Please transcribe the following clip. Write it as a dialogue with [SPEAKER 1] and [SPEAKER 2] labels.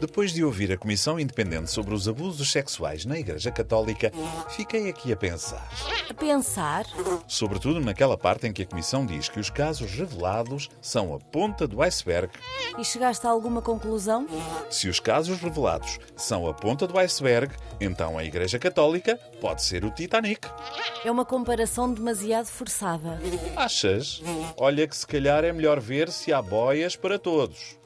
[SPEAKER 1] Depois de ouvir a Comissão Independente sobre os Abusos Sexuais na Igreja Católica, fiquei aqui a pensar.
[SPEAKER 2] A pensar?
[SPEAKER 1] Sobretudo naquela parte em que a Comissão diz que os casos revelados são a ponta do iceberg.
[SPEAKER 2] E chegaste a alguma conclusão?
[SPEAKER 1] Se os casos revelados são a ponta do iceberg, então a Igreja Católica pode ser o Titanic.
[SPEAKER 2] É uma comparação demasiado forçada.
[SPEAKER 1] Achas? Olha que se calhar é melhor ver se há boias para todos.